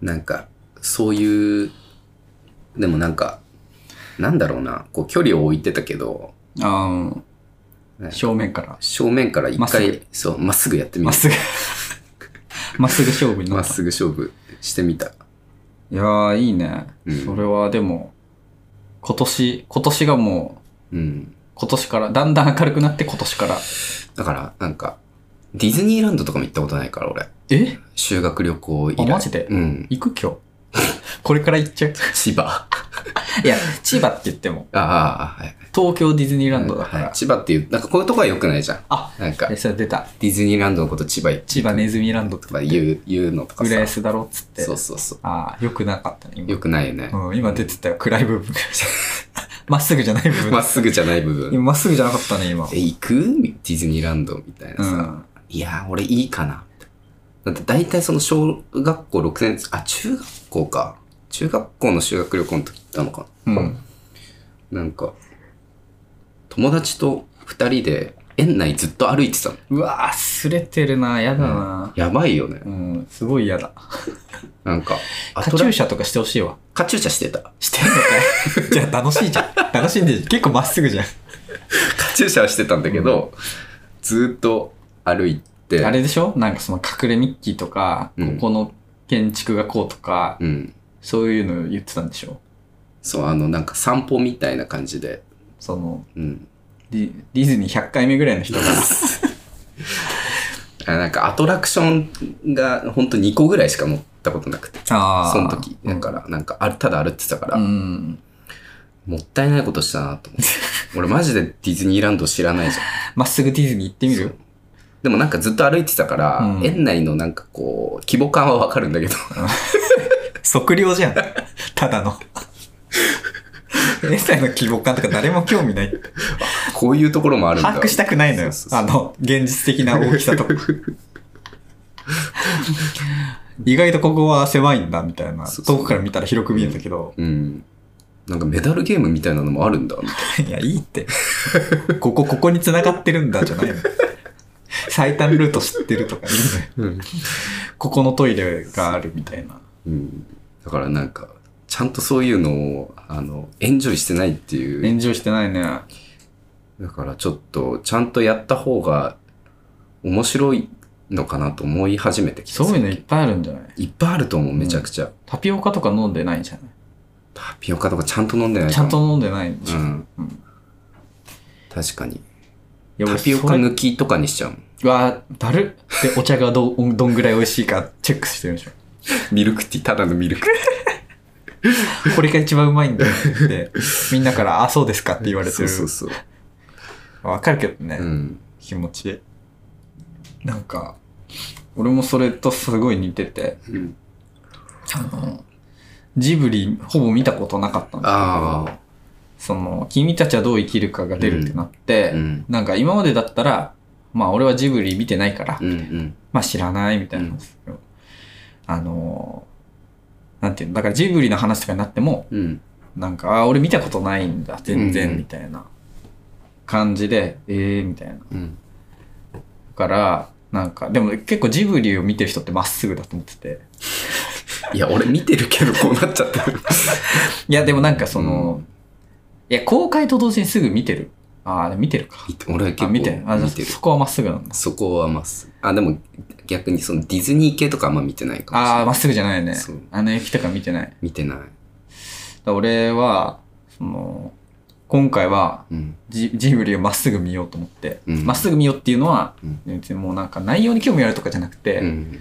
Speaker 3: なんかそういうでもなんかなんだろうなこう距離を置いてたけど
Speaker 2: あー
Speaker 3: ね
Speaker 2: 正面から。
Speaker 3: 正面から一
Speaker 2: まっす
Speaker 3: 回
Speaker 2: ぐ、
Speaker 3: そう、まっすぐやってみ
Speaker 2: ま
Speaker 3: る
Speaker 2: っ。すぐ。 まっすぐ勝負に
Speaker 3: ま
Speaker 2: な
Speaker 3: っ
Speaker 2: った。
Speaker 3: すぐ勝負してみた。
Speaker 2: いやー、いいね。
Speaker 3: うん
Speaker 2: それはでも、今年、今年がもう、
Speaker 3: うん。
Speaker 2: 今年から、だんだん明るくなって今年から。
Speaker 3: だから、なんか、ディズニーランドとかも行ったことないから、俺。
Speaker 2: え
Speaker 3: 修学旅行以来。
Speaker 2: あマジで
Speaker 3: うん。
Speaker 2: 行く今日。 これから行っちゃう。
Speaker 3: 千葉。あ
Speaker 2: いや、千葉って言っても、
Speaker 3: あ、はい。
Speaker 2: 東京ディズニーランドだから。
Speaker 3: はい千葉っていう、なんかこういうとこは良くないじゃん。
Speaker 2: あ、
Speaker 3: なんか
Speaker 2: え、、それ出た。
Speaker 3: ディズニーランドのこと千葉行って
Speaker 2: 千葉ネズミランドと
Speaker 3: と
Speaker 2: か
Speaker 3: か言う、言うのとか
Speaker 2: 浦
Speaker 3: さ。
Speaker 2: 安だろっつって。
Speaker 3: そうそうそ
Speaker 2: ああ、よくなかったね、
Speaker 3: う。良
Speaker 2: 今。
Speaker 3: くないよね。
Speaker 2: うん、今出てたよ、暗い部分。 まっすぐじゃない部分。
Speaker 3: まっすぐじゃない部分。
Speaker 2: 今まっすぐじゃなかったね、今。
Speaker 3: え、行くディズニーランドみたいなさ。
Speaker 2: うん
Speaker 3: いや、俺いいかな。だって大体その小学校6年、あ、中学校か。中学校の修学旅行の時行ったのか
Speaker 2: うん。
Speaker 3: な。なんか、友達と二人で園内ずっと歩いてたの。
Speaker 2: うわぁ、すれてるな、やだな。
Speaker 3: やばいよね
Speaker 2: う。ん、すごいやだ。
Speaker 3: なんか、ア
Speaker 2: カ
Speaker 3: ト
Speaker 2: チュ
Speaker 3: ラ
Speaker 2: ーシャとかしてほしいわ。
Speaker 3: カチューシャしてた。
Speaker 2: してんのか よじゃあ楽しいじゃん。楽しんでる結構まっすぐじゃん。
Speaker 3: カチューシャはしてたんだけど、ずーっと歩いて、
Speaker 2: あれでしょなんかその隠れミッキーとか、
Speaker 3: うん
Speaker 2: ここの建築がこうとか、
Speaker 3: うん。
Speaker 2: そういうの言ってたんでしょ
Speaker 3: そう、あの、なんか散歩みたいな感じで、
Speaker 2: その、
Speaker 3: うん。
Speaker 2: ディディズニー100回目ぐらいの 人が。
Speaker 3: あなんかアトラクションがほんと2個ぐらいしか乗ったことなくて、
Speaker 2: あー
Speaker 3: その時。だか。ら、なんか、あただ歩いてたから、
Speaker 2: うん。
Speaker 3: もったいないことしたなと思って。 俺マジでディズニーランド知らないじゃん。
Speaker 2: まっすぐディズニー行ってみ
Speaker 3: そう
Speaker 2: る
Speaker 3: でもなんかずっと歩いてたから、
Speaker 2: うん
Speaker 3: 園内のなんかこう、規模感はわかるんだけど、
Speaker 2: 測量じゃん。 ただ の。エサイの規模感とか誰も興味ない。
Speaker 3: こういうところもあるんだ。
Speaker 2: 把握したくないのよ
Speaker 3: そう。そう
Speaker 2: あの、現実的な大き さとか。意外とここは狭いんだ、みたいな。
Speaker 3: そうそう
Speaker 2: 遠くから見たら広く見えたけど。
Speaker 3: うん。なんかメダルゲームみたいなのもあるんだ、みたい
Speaker 2: いや、いいって。ここ、ここに繋がってるんだ、じゃないの。最短ルート知ってるとかいいのよ。
Speaker 3: な。うん
Speaker 2: ここのトイレがあるみたいな。
Speaker 3: うん、だからなんか、ちゃんとそういうのを、あの、エンジョイしてないっていう。
Speaker 2: 炎上してないね。
Speaker 3: だからちょっと、ちゃんとやった方が面白いのかなと思い始めてきて。
Speaker 2: そういうのいっぱいあるんじゃない
Speaker 3: いっぱいあると思う、めちゃくちゃ。
Speaker 2: タピオカとか飲んでないんじゃない
Speaker 3: タピオカとかちゃんと飲んでない
Speaker 2: ち
Speaker 3: か
Speaker 2: ゃ
Speaker 3: も
Speaker 2: んと飲んでないんでし
Speaker 3: う
Speaker 2: ょ。
Speaker 3: ん。
Speaker 2: うん
Speaker 3: 確かに。
Speaker 2: いや
Speaker 3: タ
Speaker 2: 俺
Speaker 3: ピオカ
Speaker 2: それ
Speaker 3: 抜きとかにしちゃうもん。
Speaker 2: うわーだるっでお茶がどうどんぐらい美味しいかチェックしてるんでしょ
Speaker 3: ミルクティー、ただのミルクティー。
Speaker 2: これが一番うまいんだよってみんなから「あそうですか」って言われて
Speaker 3: そう
Speaker 2: る
Speaker 3: そうそう。
Speaker 2: わかるけどね、
Speaker 3: うん。
Speaker 2: 気持ちなんか俺もそれとすごい似てて
Speaker 3: うん
Speaker 2: あのジブリほぼ見たことなかったんだけ
Speaker 3: あ
Speaker 2: どその「君たちはどう生きるか」が出るってなって、
Speaker 3: あ。うん。
Speaker 2: なんか今までだったらまあ俺はジブリ見てないから、
Speaker 3: うんうん。
Speaker 2: まあ知らないみたいなんですけど、あのー、なんていうの、だからジブリの話とかになっても、
Speaker 3: うん。
Speaker 2: なんか、あー俺見たことないんだ、全
Speaker 3: うんうん
Speaker 2: 然、みたいな感じで、ええー、みたいな。だ
Speaker 3: うん。
Speaker 2: から、なんか、でも結構ジブリを見てる人ってまっすぐだと思ってて。
Speaker 3: いや、俺見てるけど、こうなっちゃってる。
Speaker 2: いや、でもなんかその、いや、公開と同時にすぐ見てる。ああ、でも見てるか。
Speaker 3: 見 て俺は結
Speaker 2: あ、
Speaker 3: 構
Speaker 2: 見てる。あ、じゃあ
Speaker 3: 見てる
Speaker 2: そこはまっすぐなんだ。
Speaker 3: そこはまっすあでも逆にそのディズニー系とかあんま見てないかもしれない
Speaker 2: ああ、まっすぐじゃないよね
Speaker 3: そう。
Speaker 2: あの駅とか見てない。
Speaker 3: 見てない
Speaker 2: だから俺は、その、今回は、
Speaker 3: うん
Speaker 2: ジジブリをまっすぐ見ようと思って
Speaker 3: うん
Speaker 2: ま、っすぐ見ようっていうのは、
Speaker 3: うん
Speaker 2: 別にもうなんか内容に興味あるとかじゃなくて、
Speaker 3: うん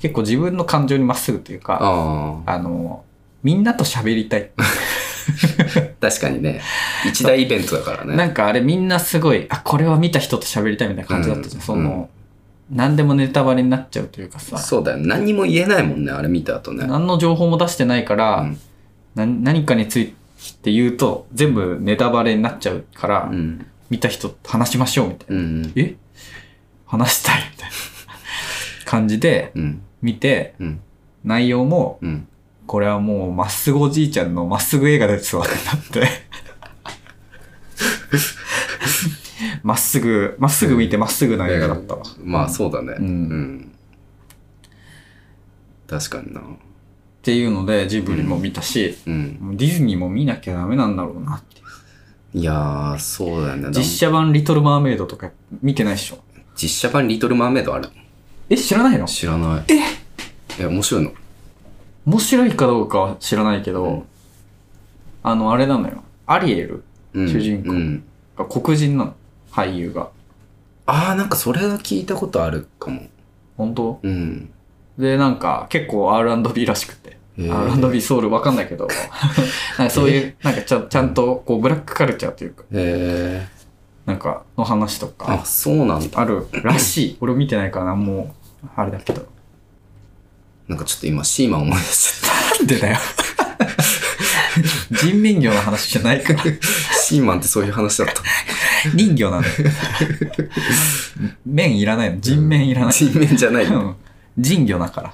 Speaker 2: 結構自分の感情にまっすぐというか
Speaker 3: ああ
Speaker 2: あのみんなと喋りたい、
Speaker 3: 確かにね一大イベントだからね
Speaker 2: なんかあれみんなすごいあこれは見た人と喋りたいみたいな感じだったじゃん、
Speaker 3: うん
Speaker 2: その、何でもネタバレになっちゃうというかさ、
Speaker 3: そうだよ何にも言えないもんねあれ見た後ね
Speaker 2: 何の情報も出してないから、
Speaker 3: うん
Speaker 2: な何かについて言うと全部ネタバレになっちゃうから、
Speaker 3: うん
Speaker 2: 見た人と話しましょうみたいな、
Speaker 3: うん
Speaker 2: え話したいみたいな感じで
Speaker 3: うん
Speaker 2: 見て
Speaker 3: うん
Speaker 2: 内容も
Speaker 3: うん
Speaker 2: これはもうまっすぐおじいちゃんのまっすぐ映画ですわってな ってまっすぐまっすぐ見てまっすぐな映画だったわ、
Speaker 3: まあそうだね
Speaker 2: うん
Speaker 3: ん確かにな
Speaker 2: っていうのでジブリも見たし、
Speaker 3: うん
Speaker 2: ディズニーも見なきゃダメなんだろうなって
Speaker 3: いやー、そうだよね。
Speaker 2: 実写版リトル・マーメイドとか見てないっしょ。
Speaker 3: 実写版リトルマーメイドある
Speaker 2: え、知らないの
Speaker 3: 知らない。ええ、面白いの
Speaker 2: 面白いかどうかは知らないけど、
Speaker 3: うん
Speaker 2: あの、あれなのよ。アリエル
Speaker 3: うん
Speaker 2: 主人公
Speaker 3: うん。
Speaker 2: が黒人なの。俳優が。
Speaker 3: あー、なんかそれは聞いたことあるかも。
Speaker 2: 本当
Speaker 3: うん。
Speaker 2: で、なんか、結構 R&B らしくて。
Speaker 3: へー
Speaker 2: R&B ソウルわかん ないけど、なんかそういう、なんかちゃんちゃんと、こう、ブラックカルチャーというか、
Speaker 3: へえ。
Speaker 2: なんか、の話と
Speaker 3: あ、
Speaker 2: か、
Speaker 3: そうなんだ。
Speaker 2: あるらしい。俺見てないからな、もう、あれだけど。
Speaker 3: なんかちょっと今、シーマン思い出し
Speaker 2: なんでだよ。人面魚の話じゃない から。
Speaker 3: た。シーマンってそういう話だった。
Speaker 2: 人魚なのよ。面いらないの。人面いらない。
Speaker 3: 人面じゃない。
Speaker 2: うん人魚だ から。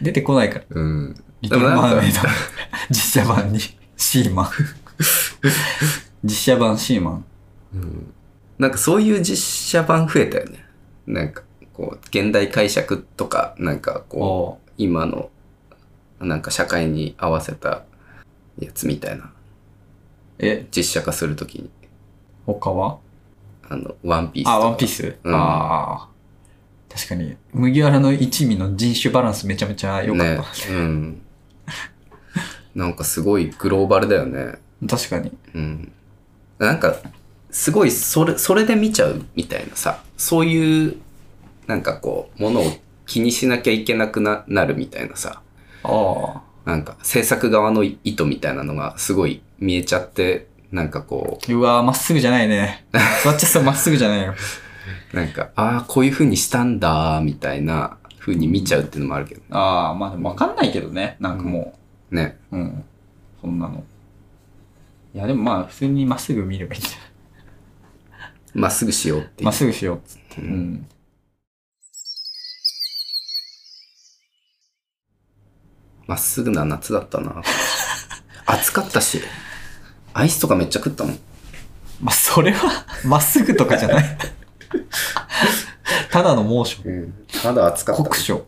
Speaker 2: 出てこないから。
Speaker 3: うん。
Speaker 2: リ
Speaker 3: で
Speaker 2: ト
Speaker 3: も
Speaker 2: ル
Speaker 3: なん
Speaker 2: マ
Speaker 3: か
Speaker 2: ーメイド。 実写版に。シーマン。 実写版シーマン。
Speaker 3: なんかそういう実写版増えたよね。なんか、こう、現代解釈とか、なんかこ
Speaker 2: お
Speaker 3: う、今の、なんか社会に合わせたやつみたいな。
Speaker 2: え、
Speaker 3: 実写化するときに、
Speaker 2: 他は
Speaker 3: あの、ワンピースとか。
Speaker 2: あ、ワンピース。
Speaker 3: うん
Speaker 2: ああ。確かに、麦わらの一味の人種バランスめちゃめちゃ良かった。
Speaker 3: ね。うん。なんかすごいグローバルだよね。
Speaker 2: 確かに。
Speaker 3: うん。なんか、すごい、それ、それで見ちゃうみたいなさ、そういう、なんかこう、ものを気にしなきゃいけなくななるみたいなさ、
Speaker 2: ああ。
Speaker 3: なんか制作側の意図みたいなのがすごい見えちゃって、なんかこ
Speaker 2: うわーまっすぐじゃないね。 座っちゃさまっすぐじゃないよ。
Speaker 3: う、なんか、ああ、こういう風にしたんだ、みたいな風に見ちゃうっていうのもあるけど
Speaker 2: ああ、まあでもわかんないけどね。なんかも
Speaker 3: ね。
Speaker 2: う、うん、そんなの。いや、でもまあ、普通にまっすぐ見ればいいんじゃない
Speaker 3: まっすぐしようっていう
Speaker 2: まっすぐしようっつって。
Speaker 3: う
Speaker 2: うんん。
Speaker 3: まっすぐな夏だったな。暑かったし、アイスとかめっちゃ食ったもん。
Speaker 2: まあ、それ は、まっすぐとかじゃない。ただの猛暑。
Speaker 3: ただ暑かった。
Speaker 2: 酷暑。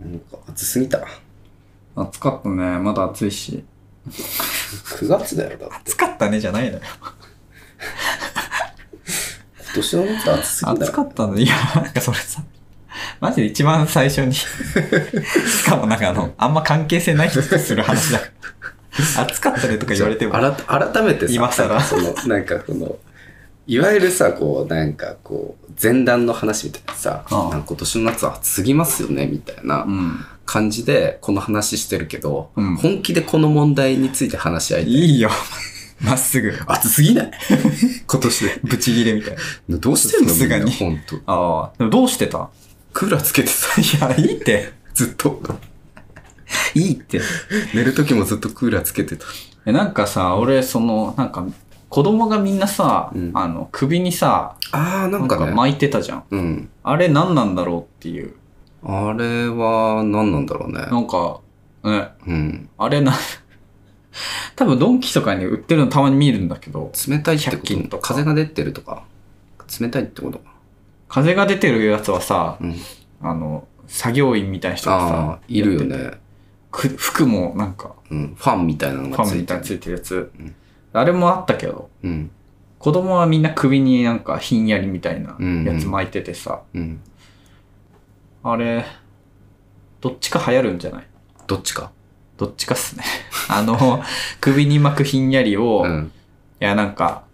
Speaker 3: なんか暑すぎた。
Speaker 2: 暑かったね。まだ暑いし。
Speaker 3: 9月だよ、だって。
Speaker 2: 暑かったねじゃないのよ。
Speaker 3: 今年の夏暑すぎだ
Speaker 2: 暑かったね。いや、なんかそれさ。マジで一番最初に。 しかもなんかあの、あんま関係性ない人とする話だから。暑かったねとか言われても。
Speaker 3: 改改めてさ、
Speaker 2: 今更
Speaker 3: なんかその、なんかこの、いわゆるさ、こう、なんかこう、前段の話みたいなさ、
Speaker 2: ああ。
Speaker 3: なんか今年の夏は暑すぎますよね、みたいうなん感じで、この話してるけど、
Speaker 2: うん
Speaker 3: 本気でこの問題について話し合いたい。
Speaker 2: いいよ。まっすぐ。
Speaker 3: 暑すぎない今年で。
Speaker 2: ぶち切れみたいな。
Speaker 3: どうしてんの
Speaker 2: さすがに
Speaker 3: みんなほんと。
Speaker 2: ああ。でもどうしてた
Speaker 3: クーラーつけてさ、
Speaker 2: いや、いいって。
Speaker 3: ずっと。
Speaker 2: いいって。
Speaker 3: 寝る時もずっとクーラーつけてた。
Speaker 2: えなんかさ、俺、その、なんか、子供がみんなさ、
Speaker 3: うん
Speaker 2: あの、首にさ、
Speaker 3: ああ、
Speaker 2: な
Speaker 3: な
Speaker 2: んん
Speaker 3: か
Speaker 2: か
Speaker 3: ね。
Speaker 2: 巻いてたじゃん。
Speaker 3: うん。
Speaker 2: あれ何なんだろうっていう。
Speaker 3: あれは何なんだろうね。
Speaker 2: なんか、ね、
Speaker 3: うん。
Speaker 2: あれな、 多分ドンキとかに売ってるのたまに見るんだけど、
Speaker 3: 冷たいって
Speaker 2: 100均
Speaker 3: ことと
Speaker 2: か
Speaker 3: 風が出てるとか。冷たいってことか。
Speaker 2: 風が出てるやつはさ、
Speaker 3: うん。
Speaker 2: あの、作業員みたいな人が
Speaker 3: ああ
Speaker 2: さ、、
Speaker 3: いるよ
Speaker 2: やってて。
Speaker 3: ね。
Speaker 2: く服もなんか、
Speaker 3: うん。ファンみたいなの
Speaker 2: フ
Speaker 3: がつ
Speaker 2: ァン
Speaker 3: い
Speaker 2: み
Speaker 3: て
Speaker 2: たいに
Speaker 3: る。
Speaker 2: ついてるやつ。
Speaker 3: うん
Speaker 2: あれもあったけど、
Speaker 3: うん。
Speaker 2: 子供はみんな首になんかひんやりみたいな
Speaker 3: うん
Speaker 2: やつ巻いててさ、
Speaker 3: うん。
Speaker 2: あれ、どっちか流行るんじゃない
Speaker 3: どっちか。
Speaker 2: どっちかっすね。 あの、首に巻くひんやりを、
Speaker 3: う
Speaker 2: い
Speaker 3: ん。
Speaker 2: やなんか、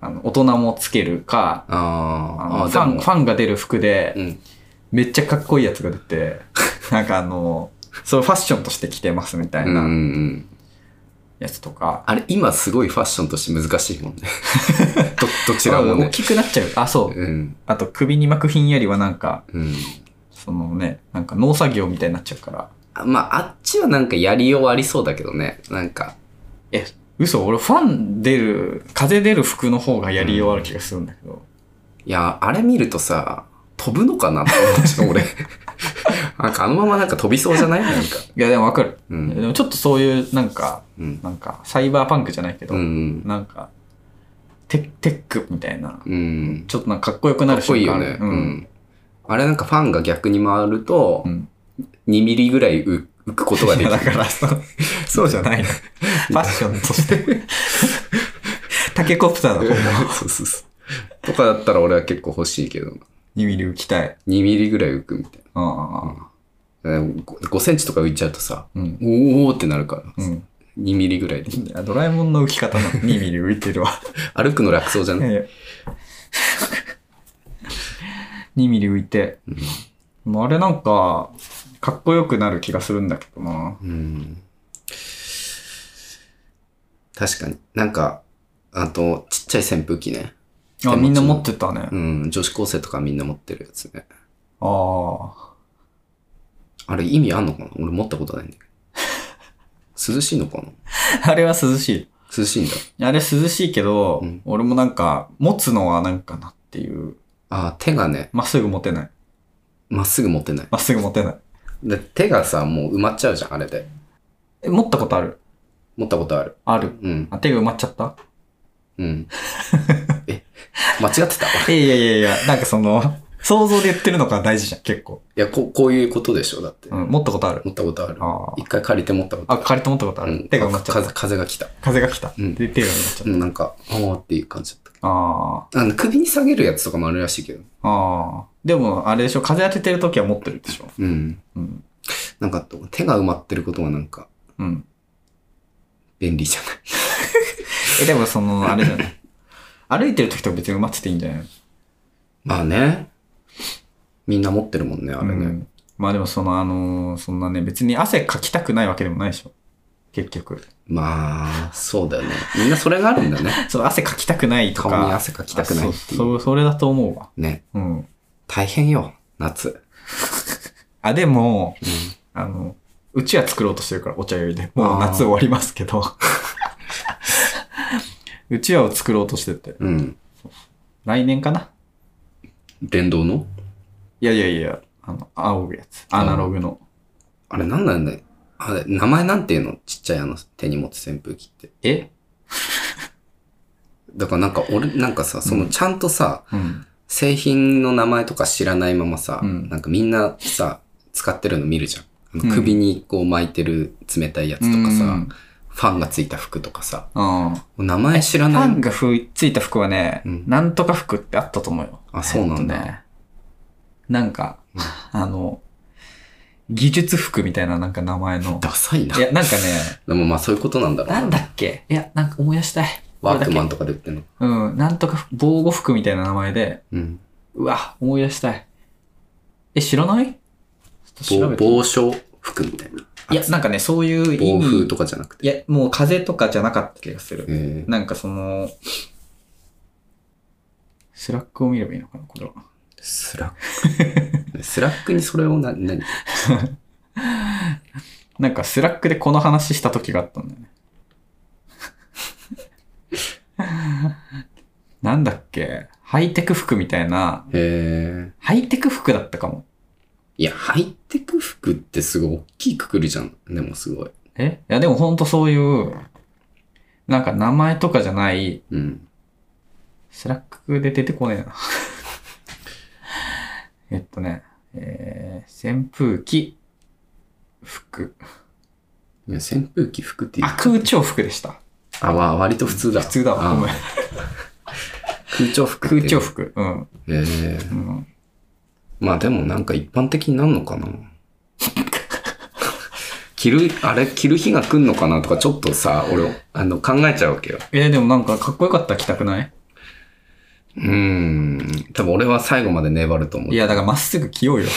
Speaker 2: あの大人もつけるか、
Speaker 3: あ
Speaker 2: あ
Speaker 3: あ、
Speaker 2: の
Speaker 3: あ
Speaker 2: ファン、ファンが出る服で、
Speaker 3: ン。うん。
Speaker 2: めっちゃかっこいいやつが出 て、なんかあの、そうファッションとして着てますみたい
Speaker 3: うんうんう。
Speaker 2: なんやつとか、
Speaker 3: あれ、今すごいファッションとして難しいも んね。ど、どちらも
Speaker 2: あ
Speaker 3: ね
Speaker 2: 大。きくなっちゃう。あ、そう。
Speaker 3: うん。
Speaker 2: あと首に巻くひんやりはなんか、
Speaker 3: うん。
Speaker 2: そのね、なんか農作業みたいになっちゃうから、
Speaker 3: あまあ、あっちはなんかやりようありそうだけどね。なんか、
Speaker 2: え、嘘俺ファン出る、風出る服の方がやりようある気がするんだけど。
Speaker 3: いや、あれ見るとさ、飛ぶのかなって思っちゃ う、俺。なんかあのままなんか飛びそうじゃないなんか。
Speaker 2: いや、でもわかる。
Speaker 3: うん
Speaker 2: でもちょっとそういう、なんか、
Speaker 3: うん。
Speaker 2: なんか、サイバーパンクじゃないけど、
Speaker 3: うん。
Speaker 2: なんか、テテックみたいな、
Speaker 3: うん。
Speaker 2: ちょっとなんかかっこよくな
Speaker 3: か
Speaker 2: る
Speaker 3: っこいいよね。
Speaker 2: 瞬
Speaker 3: う
Speaker 2: 間ある
Speaker 3: ん。あれなんかファンが逆に回ると
Speaker 2: う、ん。
Speaker 3: 2ミリぐらいう浮くことが
Speaker 2: い
Speaker 3: でき
Speaker 2: や
Speaker 3: る
Speaker 2: だ。からそう、そうじゃないの。ファッションとして。タケコプターの方も
Speaker 3: そうそうそう。とかだったら俺は結構欲しいけど、
Speaker 2: 2ミリ浮きたい。
Speaker 3: 2ミリぐらい浮くみたい
Speaker 2: ああ、
Speaker 3: な。5, センチとか浮いちゃうとさ、
Speaker 2: うん。
Speaker 3: おーってなるから、
Speaker 2: うん。
Speaker 3: 2ミリぐらいで。
Speaker 2: いやドラえもんの浮き方の2ミリ浮いてるわ。
Speaker 3: 歩くの楽そうじゃ
Speaker 2: い
Speaker 3: な
Speaker 2: や
Speaker 3: い
Speaker 2: いや2ミリ浮いて。まああれなんか、かっこよくなる気がするんだけどな。
Speaker 3: うん。確かに。なんか、あと、ちっちゃい扇風機ね。
Speaker 2: あ、みんな持ってたね。
Speaker 3: うん、女子高生とかみんな持ってるやつね。
Speaker 2: ああ。
Speaker 3: あれ意味あんのかな俺持ったことないんだけど。涼しいのかな
Speaker 2: あれは涼しい。
Speaker 3: 涼しいんだ。
Speaker 2: あれ涼しいけど、
Speaker 3: うん
Speaker 2: 俺もなんか、持つのはなんかなっていう。
Speaker 3: あー、手がね、
Speaker 2: まっすぐ持てない。
Speaker 3: まっすぐ持てない。
Speaker 2: まっすぐ持てない。
Speaker 3: で手がさ、もう埋まっちゃうじゃん、あれで。
Speaker 2: え、持ったことある
Speaker 3: 持ったことある。
Speaker 2: ある。
Speaker 3: うん。
Speaker 2: あ、手が埋まっちゃった
Speaker 3: うん。え、間違ってた俺い
Speaker 2: いやいやいやいや、なんかその、想像で言ってるのが大事じゃん、結構。
Speaker 3: やこ、こういうことでしょ、だって。
Speaker 2: うん、持ったことある。
Speaker 3: 持ったことある。
Speaker 2: あー
Speaker 3: 一回借りて持ったこと
Speaker 2: あ、借りて持ったことあ
Speaker 3: あ
Speaker 2: る。
Speaker 3: る。
Speaker 2: 手が埋まっちゃっ
Speaker 3: 風
Speaker 2: た。
Speaker 3: 風が来た。
Speaker 2: 風が来た。
Speaker 3: うん
Speaker 2: で、手が埋まっちゃっ
Speaker 3: うん、なんか、おーっていう感じだったけ
Speaker 2: た。あ
Speaker 3: ど。あの、首に下げるやつとかもあるらしいけど。
Speaker 2: あ。ああ。でも、あれでしょ、風当ててる時は持ってるでしょ。
Speaker 3: うん。
Speaker 2: うん。
Speaker 3: なんか、手が埋まってることはなんか、
Speaker 2: うん。
Speaker 3: 便利じゃない。
Speaker 2: え、でもその、あれじゃない。 歩いてる時とか別に埋まってていいんじゃないの
Speaker 3: まあね。みんな持ってるもんね、あれね。
Speaker 2: うんまあでもその、あのーそんなね、別に汗かきたくないわけでもないでしょ。結局。
Speaker 3: まあ、そうだよね。みんなそれがあるんだね。
Speaker 2: そう、汗かきたくない とか。
Speaker 3: 顔に汗かきたくない
Speaker 2: あ
Speaker 3: っていう
Speaker 2: そうそう、それだと思うわ。
Speaker 3: ね。
Speaker 2: うん。
Speaker 3: 大変よ、夏。
Speaker 2: あ、でも、
Speaker 3: うん
Speaker 2: あの、うちは作ろうとしてるから、お茶よりで。もう
Speaker 3: あー
Speaker 2: 夏終わりますけ ど。うちわを作ろうとしてて。
Speaker 3: うん。
Speaker 2: 来年かな
Speaker 3: 電動の
Speaker 2: いやいやいや、あの、青いやつ。アナログの。
Speaker 3: あれなんなんだよ。あれ、名前なんていうのちっちゃいあの手に持つ扇風機って。
Speaker 2: え
Speaker 3: だからなんか俺、なんかさ、そのちゃんとさ、
Speaker 2: うん。
Speaker 3: 製品の名前とか知らないままさ、
Speaker 2: うん
Speaker 3: なんかみんなさ、使ってるの見るじゃん。あ
Speaker 2: うん
Speaker 3: の首にこう巻いてる冷たいやつとかさ、
Speaker 2: うん
Speaker 3: ファンがついた服とかさ、
Speaker 2: うん。
Speaker 3: もう名前知ら
Speaker 2: フ
Speaker 3: な
Speaker 2: ァ
Speaker 3: い。
Speaker 2: ンがふついた服はね、
Speaker 3: うん
Speaker 2: なんとか服ってあったと思うよ。
Speaker 3: あそうなんだ
Speaker 2: えっとね。なんか、あの、技術服みたいななんか名前の。
Speaker 3: ダサいな。
Speaker 2: いや、
Speaker 3: で
Speaker 2: なんかね、
Speaker 3: もまあそういうこと なんだろう
Speaker 2: なんだっけいや、なんか思い出したい。
Speaker 3: ワークマン
Speaker 2: こ
Speaker 3: とかで売ってんの。
Speaker 2: れだけうん、なんとか服防護服みたいな名前で、
Speaker 3: うん。
Speaker 2: うわ、思い出したい。え、知らないちょっと調
Speaker 3: 防
Speaker 2: べて
Speaker 3: 防症服みたいな。
Speaker 2: いや、なんかね、そういう意
Speaker 3: 暴風
Speaker 2: 味。
Speaker 3: とかじゃなくて。
Speaker 2: いや、もう風邪とかじゃなかった気がする。
Speaker 3: えー
Speaker 2: なんかその、スラックを見ればいいのかな、これは。
Speaker 3: スラッ ク。スラックにそれをな、何
Speaker 2: なんかスラックでこの話した時があったんだよね。 なんだっけハイテク服みたいな、
Speaker 3: えー
Speaker 2: ハイテク服だったかも。
Speaker 3: いや、ハイテク服ってすごい大きいくくりじゃん。でもすごい。
Speaker 2: えいやでもほんとそういう、なんか名前とかじゃない、
Speaker 3: うん。
Speaker 2: スラックで出てこねえな。 えっとね、えー、扇風機、服。
Speaker 3: いや、扇風機服っていう
Speaker 2: あ、。空調服でした。
Speaker 3: あ、わ割と普通だ。
Speaker 2: 普通だわ。
Speaker 3: あ
Speaker 2: ごめん。
Speaker 3: 空調服ってい
Speaker 2: 空
Speaker 3: う
Speaker 2: 調。服。うん。
Speaker 3: えー
Speaker 2: うん
Speaker 3: まあでもなんか一般的になんの かな。着る、あれ、着る日が来んのかなとか、ちょっとさ、俺、あの、考えちゃうわけよ。
Speaker 2: えーでもなんかかっこよかったら着たくないう
Speaker 3: ーん。多分俺は最後まで粘ると思う。
Speaker 2: いや、だからまっすぐ着よう よ。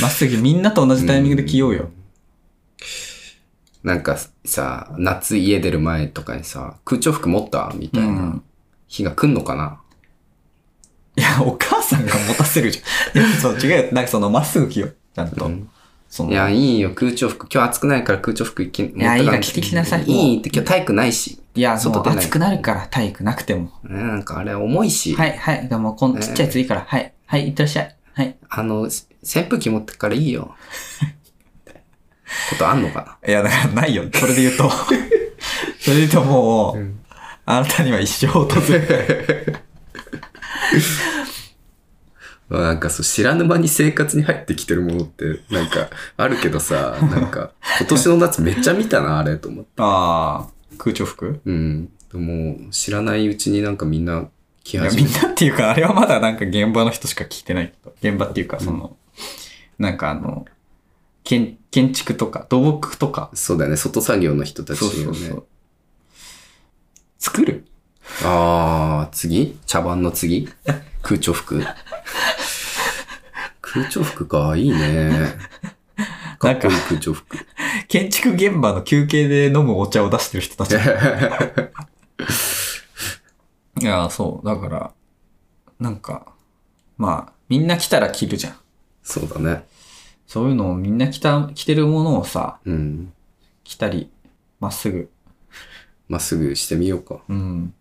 Speaker 2: まっすぐみんなと同じタイミングで着ようよ。
Speaker 3: なんかさ、夏家出る前とかにさ、空調服持ったみた
Speaker 2: う
Speaker 3: い
Speaker 2: ん。
Speaker 3: な日が来んのかな、
Speaker 2: いや、お母さんが持たせるじゃん。いや、 そう、違うよ。なんかその、まっすぐ着よう。ちゃんと。
Speaker 3: うん
Speaker 2: その
Speaker 3: いや、いいよ、空調服。今日暑くないから空調服着持ってかな
Speaker 2: やいいから着てきなさい
Speaker 3: いいって、今日体育ないし。
Speaker 2: いや、も
Speaker 3: 外
Speaker 2: う
Speaker 3: 出ない
Speaker 2: 暑くなるから、体育なくても。
Speaker 3: ねなんかあれ重いし、
Speaker 2: はい、はい。でも、こんちっちゃいやついいから、はい、はい、いってらっしゃい。はい。
Speaker 3: あの、せ扇風機持ってくからいい よ。ことあんのか
Speaker 2: いや、だからないよ。それで言う と。それで言うともう、 あなたには一生訪れる。
Speaker 3: なまあなんかそう、知らぬ間に生活に入ってきてるものって、なんか、あるけどさ、なんか、今年の夏めっちゃ見たな、あれ、と思って。
Speaker 2: ああ、空調服
Speaker 3: うん。もう、知らないうちになんかみんな来
Speaker 2: いや、
Speaker 3: 始
Speaker 2: み
Speaker 3: め
Speaker 2: んなっていうか、あれはまだなんか現場の人しか聞いてないけど、現場っていうか、その、なんかあの、建建築とか、土木とか、
Speaker 3: そうだよね、外作業の人たち
Speaker 2: そう
Speaker 3: よ
Speaker 2: そ
Speaker 3: ね。
Speaker 2: うそう。作る
Speaker 3: あー、次茶番の次空調 服空調服か、いいね。かっこいい空調服。
Speaker 2: 建築現場の休憩で飲むお茶を出してる人たち。いや、そう。だから、なんか、まあ、みんな来たら着るじゃん。
Speaker 3: そうだね。
Speaker 2: そういうのをみんな着た、着てるものをさ、
Speaker 3: うん。
Speaker 2: 着たり、まっすぐ。
Speaker 3: まっすぐしてみようか。
Speaker 2: うん。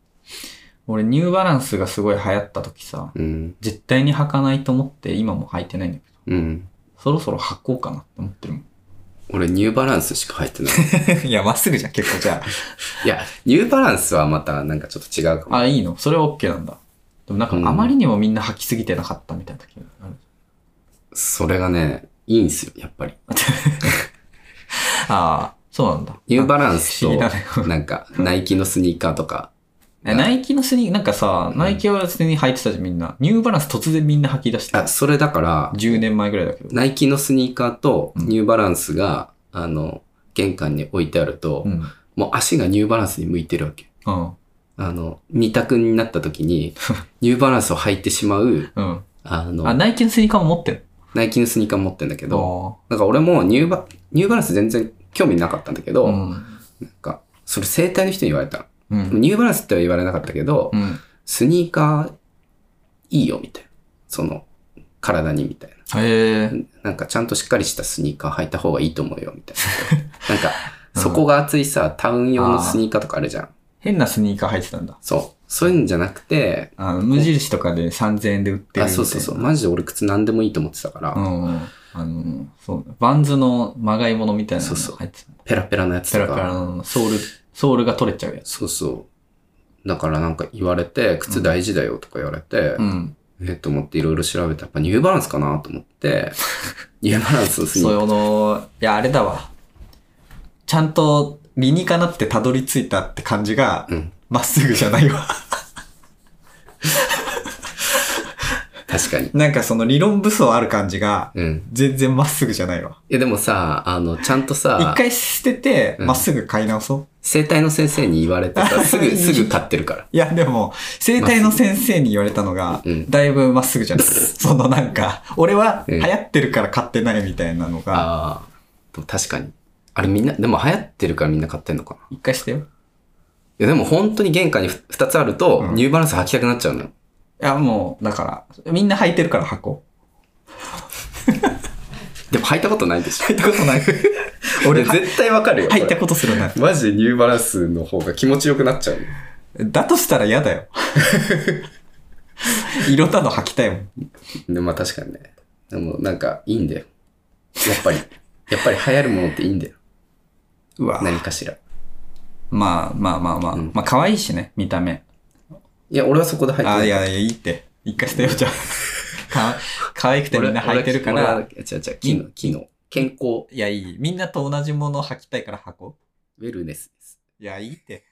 Speaker 2: 俺、ニューバランスがすごい流行った時さ、
Speaker 3: うん。
Speaker 2: 絶対に履かないと思って今も履いてないんだけど、
Speaker 3: うん。そ
Speaker 2: そろそろ履こうかなって思ってるも
Speaker 3: 俺、ニューバランスしか入っ てな
Speaker 2: ん。
Speaker 3: い。
Speaker 2: いや、まっすぐじゃん、結構じゃ
Speaker 3: いや、ニューバランスはまたなんかちょっと違うか
Speaker 2: あ。
Speaker 3: も。
Speaker 2: あ、いいのそれは OK なんだ。でもなんか、
Speaker 3: うん
Speaker 2: あまりにもみんな履きすぎてなかったみたいな時がある。
Speaker 3: それがね、いいんすよ、やっぱり。
Speaker 2: ああ、そうなんだ。
Speaker 3: ニューバランス
Speaker 2: 不思議だね
Speaker 3: と、なんか、ナイキのスニーカーとか。
Speaker 2: えナイキのスニーなんかさ、
Speaker 3: うん
Speaker 2: ナイキは別に履いてたじゃん、みんな。ニューバランス突然みんな履き出して
Speaker 3: あ、それだから、
Speaker 2: 10年前ぐらいだけど。
Speaker 3: ナイキのスニーカーと
Speaker 2: うん
Speaker 3: ニューバランスが、あの、玄関に置いてあると、
Speaker 2: うん。
Speaker 3: もう足がニューバランスに向いてるわけ。
Speaker 2: うん。
Speaker 3: あの、二択になった時 に、ニューバランスを履いてしまう、
Speaker 2: うん。
Speaker 3: あの、
Speaker 2: あ、ナイキのスニーカーも持ってる
Speaker 3: ナイキのスニーカー持ってんだけ
Speaker 2: け
Speaker 3: ど、
Speaker 2: ど。
Speaker 3: なんか俺もニューバ、ニューバランス全然興味なかったんだけど、
Speaker 2: うん。
Speaker 3: なんか、それ生体の人に言われた
Speaker 2: う
Speaker 3: の。
Speaker 2: ん。
Speaker 3: ニューバランスっては言われなかったけど、
Speaker 2: うん。
Speaker 3: スニーカーいいよ、みたいな。その、体にみたいな。
Speaker 2: へえ。
Speaker 3: なんかちゃんとしっかりしたスニーカー履いた方がいいと思うよ、みたい な。なんか、そこが厚いさ、タウン用のスニーカーとかあるじゃん。
Speaker 2: 変なスニーカー履いてたんだ。
Speaker 3: そう。そういうんじゃなくて、
Speaker 2: あ無印とかで3000円で売ってるみたいな。
Speaker 3: あ、そうそうそう。マジで俺靴何でもいいと思ってたから、
Speaker 2: うんうん。あの、そう。バンズのまがいものみたいなの
Speaker 3: そうそう
Speaker 2: 入ってたんだ。
Speaker 3: ペラペラのやつ
Speaker 2: ペ
Speaker 3: とか。
Speaker 2: ラペラのソール、ソールが取れちゃうやつ。
Speaker 3: そうそう。だからなんか言われて、靴大事だよとか言われて、
Speaker 2: うん。
Speaker 3: えーと思っていろいろ調べたら、やっぱニューバランスかなと思 って、ニューバランスのスニー
Speaker 2: そ
Speaker 3: カー。
Speaker 2: うの、いや、あれだわ。ちゃんと理にかなってたどり着いたって感じが
Speaker 3: う、ん。
Speaker 2: まっすぐじゃないわ。
Speaker 3: 確かに。
Speaker 2: なんかその理論武装ある感じが、
Speaker 3: うん。
Speaker 2: 全然まっすぐじゃないわ。
Speaker 3: いやでもさ、あの、ちゃんとさ、
Speaker 2: 一回捨てて、
Speaker 3: うん
Speaker 2: まっすぐ買い直そう。
Speaker 3: 生体の先生に言われて さ、すぐ、すぐ買ってるから。
Speaker 2: いや、でも、生体の先生に言われたのが
Speaker 3: うん、
Speaker 2: だいぶまっすぐ じゃない。そのなんか、俺は
Speaker 3: うん
Speaker 2: 流行ってるから買ってないみたいなのが、
Speaker 3: ああ、でも確かに。あれみんな、でも流行ってるからみんな買ってんのかな。
Speaker 2: 一回してよ。
Speaker 3: いやでも本当に玄関にふ二つあると、
Speaker 2: うん
Speaker 3: ニューバランス履きたくなっちゃうのよ。
Speaker 2: いや、もう、だから、みんな履いてるから履こ
Speaker 3: でも履いたことないでしょ
Speaker 2: う。。履いたことない。
Speaker 3: 俺
Speaker 2: 俺、は
Speaker 3: 絶対わかるよ。
Speaker 2: 履いた
Speaker 3: こ
Speaker 2: ことするない。
Speaker 3: れマジでニューバランスの方が気持ちよくなっちゃうの。
Speaker 2: だとしたら嫌だよ。色たの履きたいもん。
Speaker 3: でまあ確かにね。でもなんかいいんだよ。やっぱり。 やっぱり流行るものっていいんだよ。
Speaker 2: うわ。
Speaker 3: 何かしら。
Speaker 2: まあまあまあまあ。
Speaker 3: うん
Speaker 2: まあ、可愛いしね、見た目。
Speaker 3: いや、俺はそこで履いて
Speaker 2: あ、
Speaker 3: ないい。
Speaker 2: やいや、いいって。一回してよ、じゃあ。か可愛くてみんな履いてるか
Speaker 3: 俺は
Speaker 2: ら
Speaker 3: 俺は。違う違う、機能、機能。健康、
Speaker 2: いや、いい。みんなと同じものを履きたいから履こ
Speaker 3: ウェルネスです。
Speaker 2: う。いや、いいって。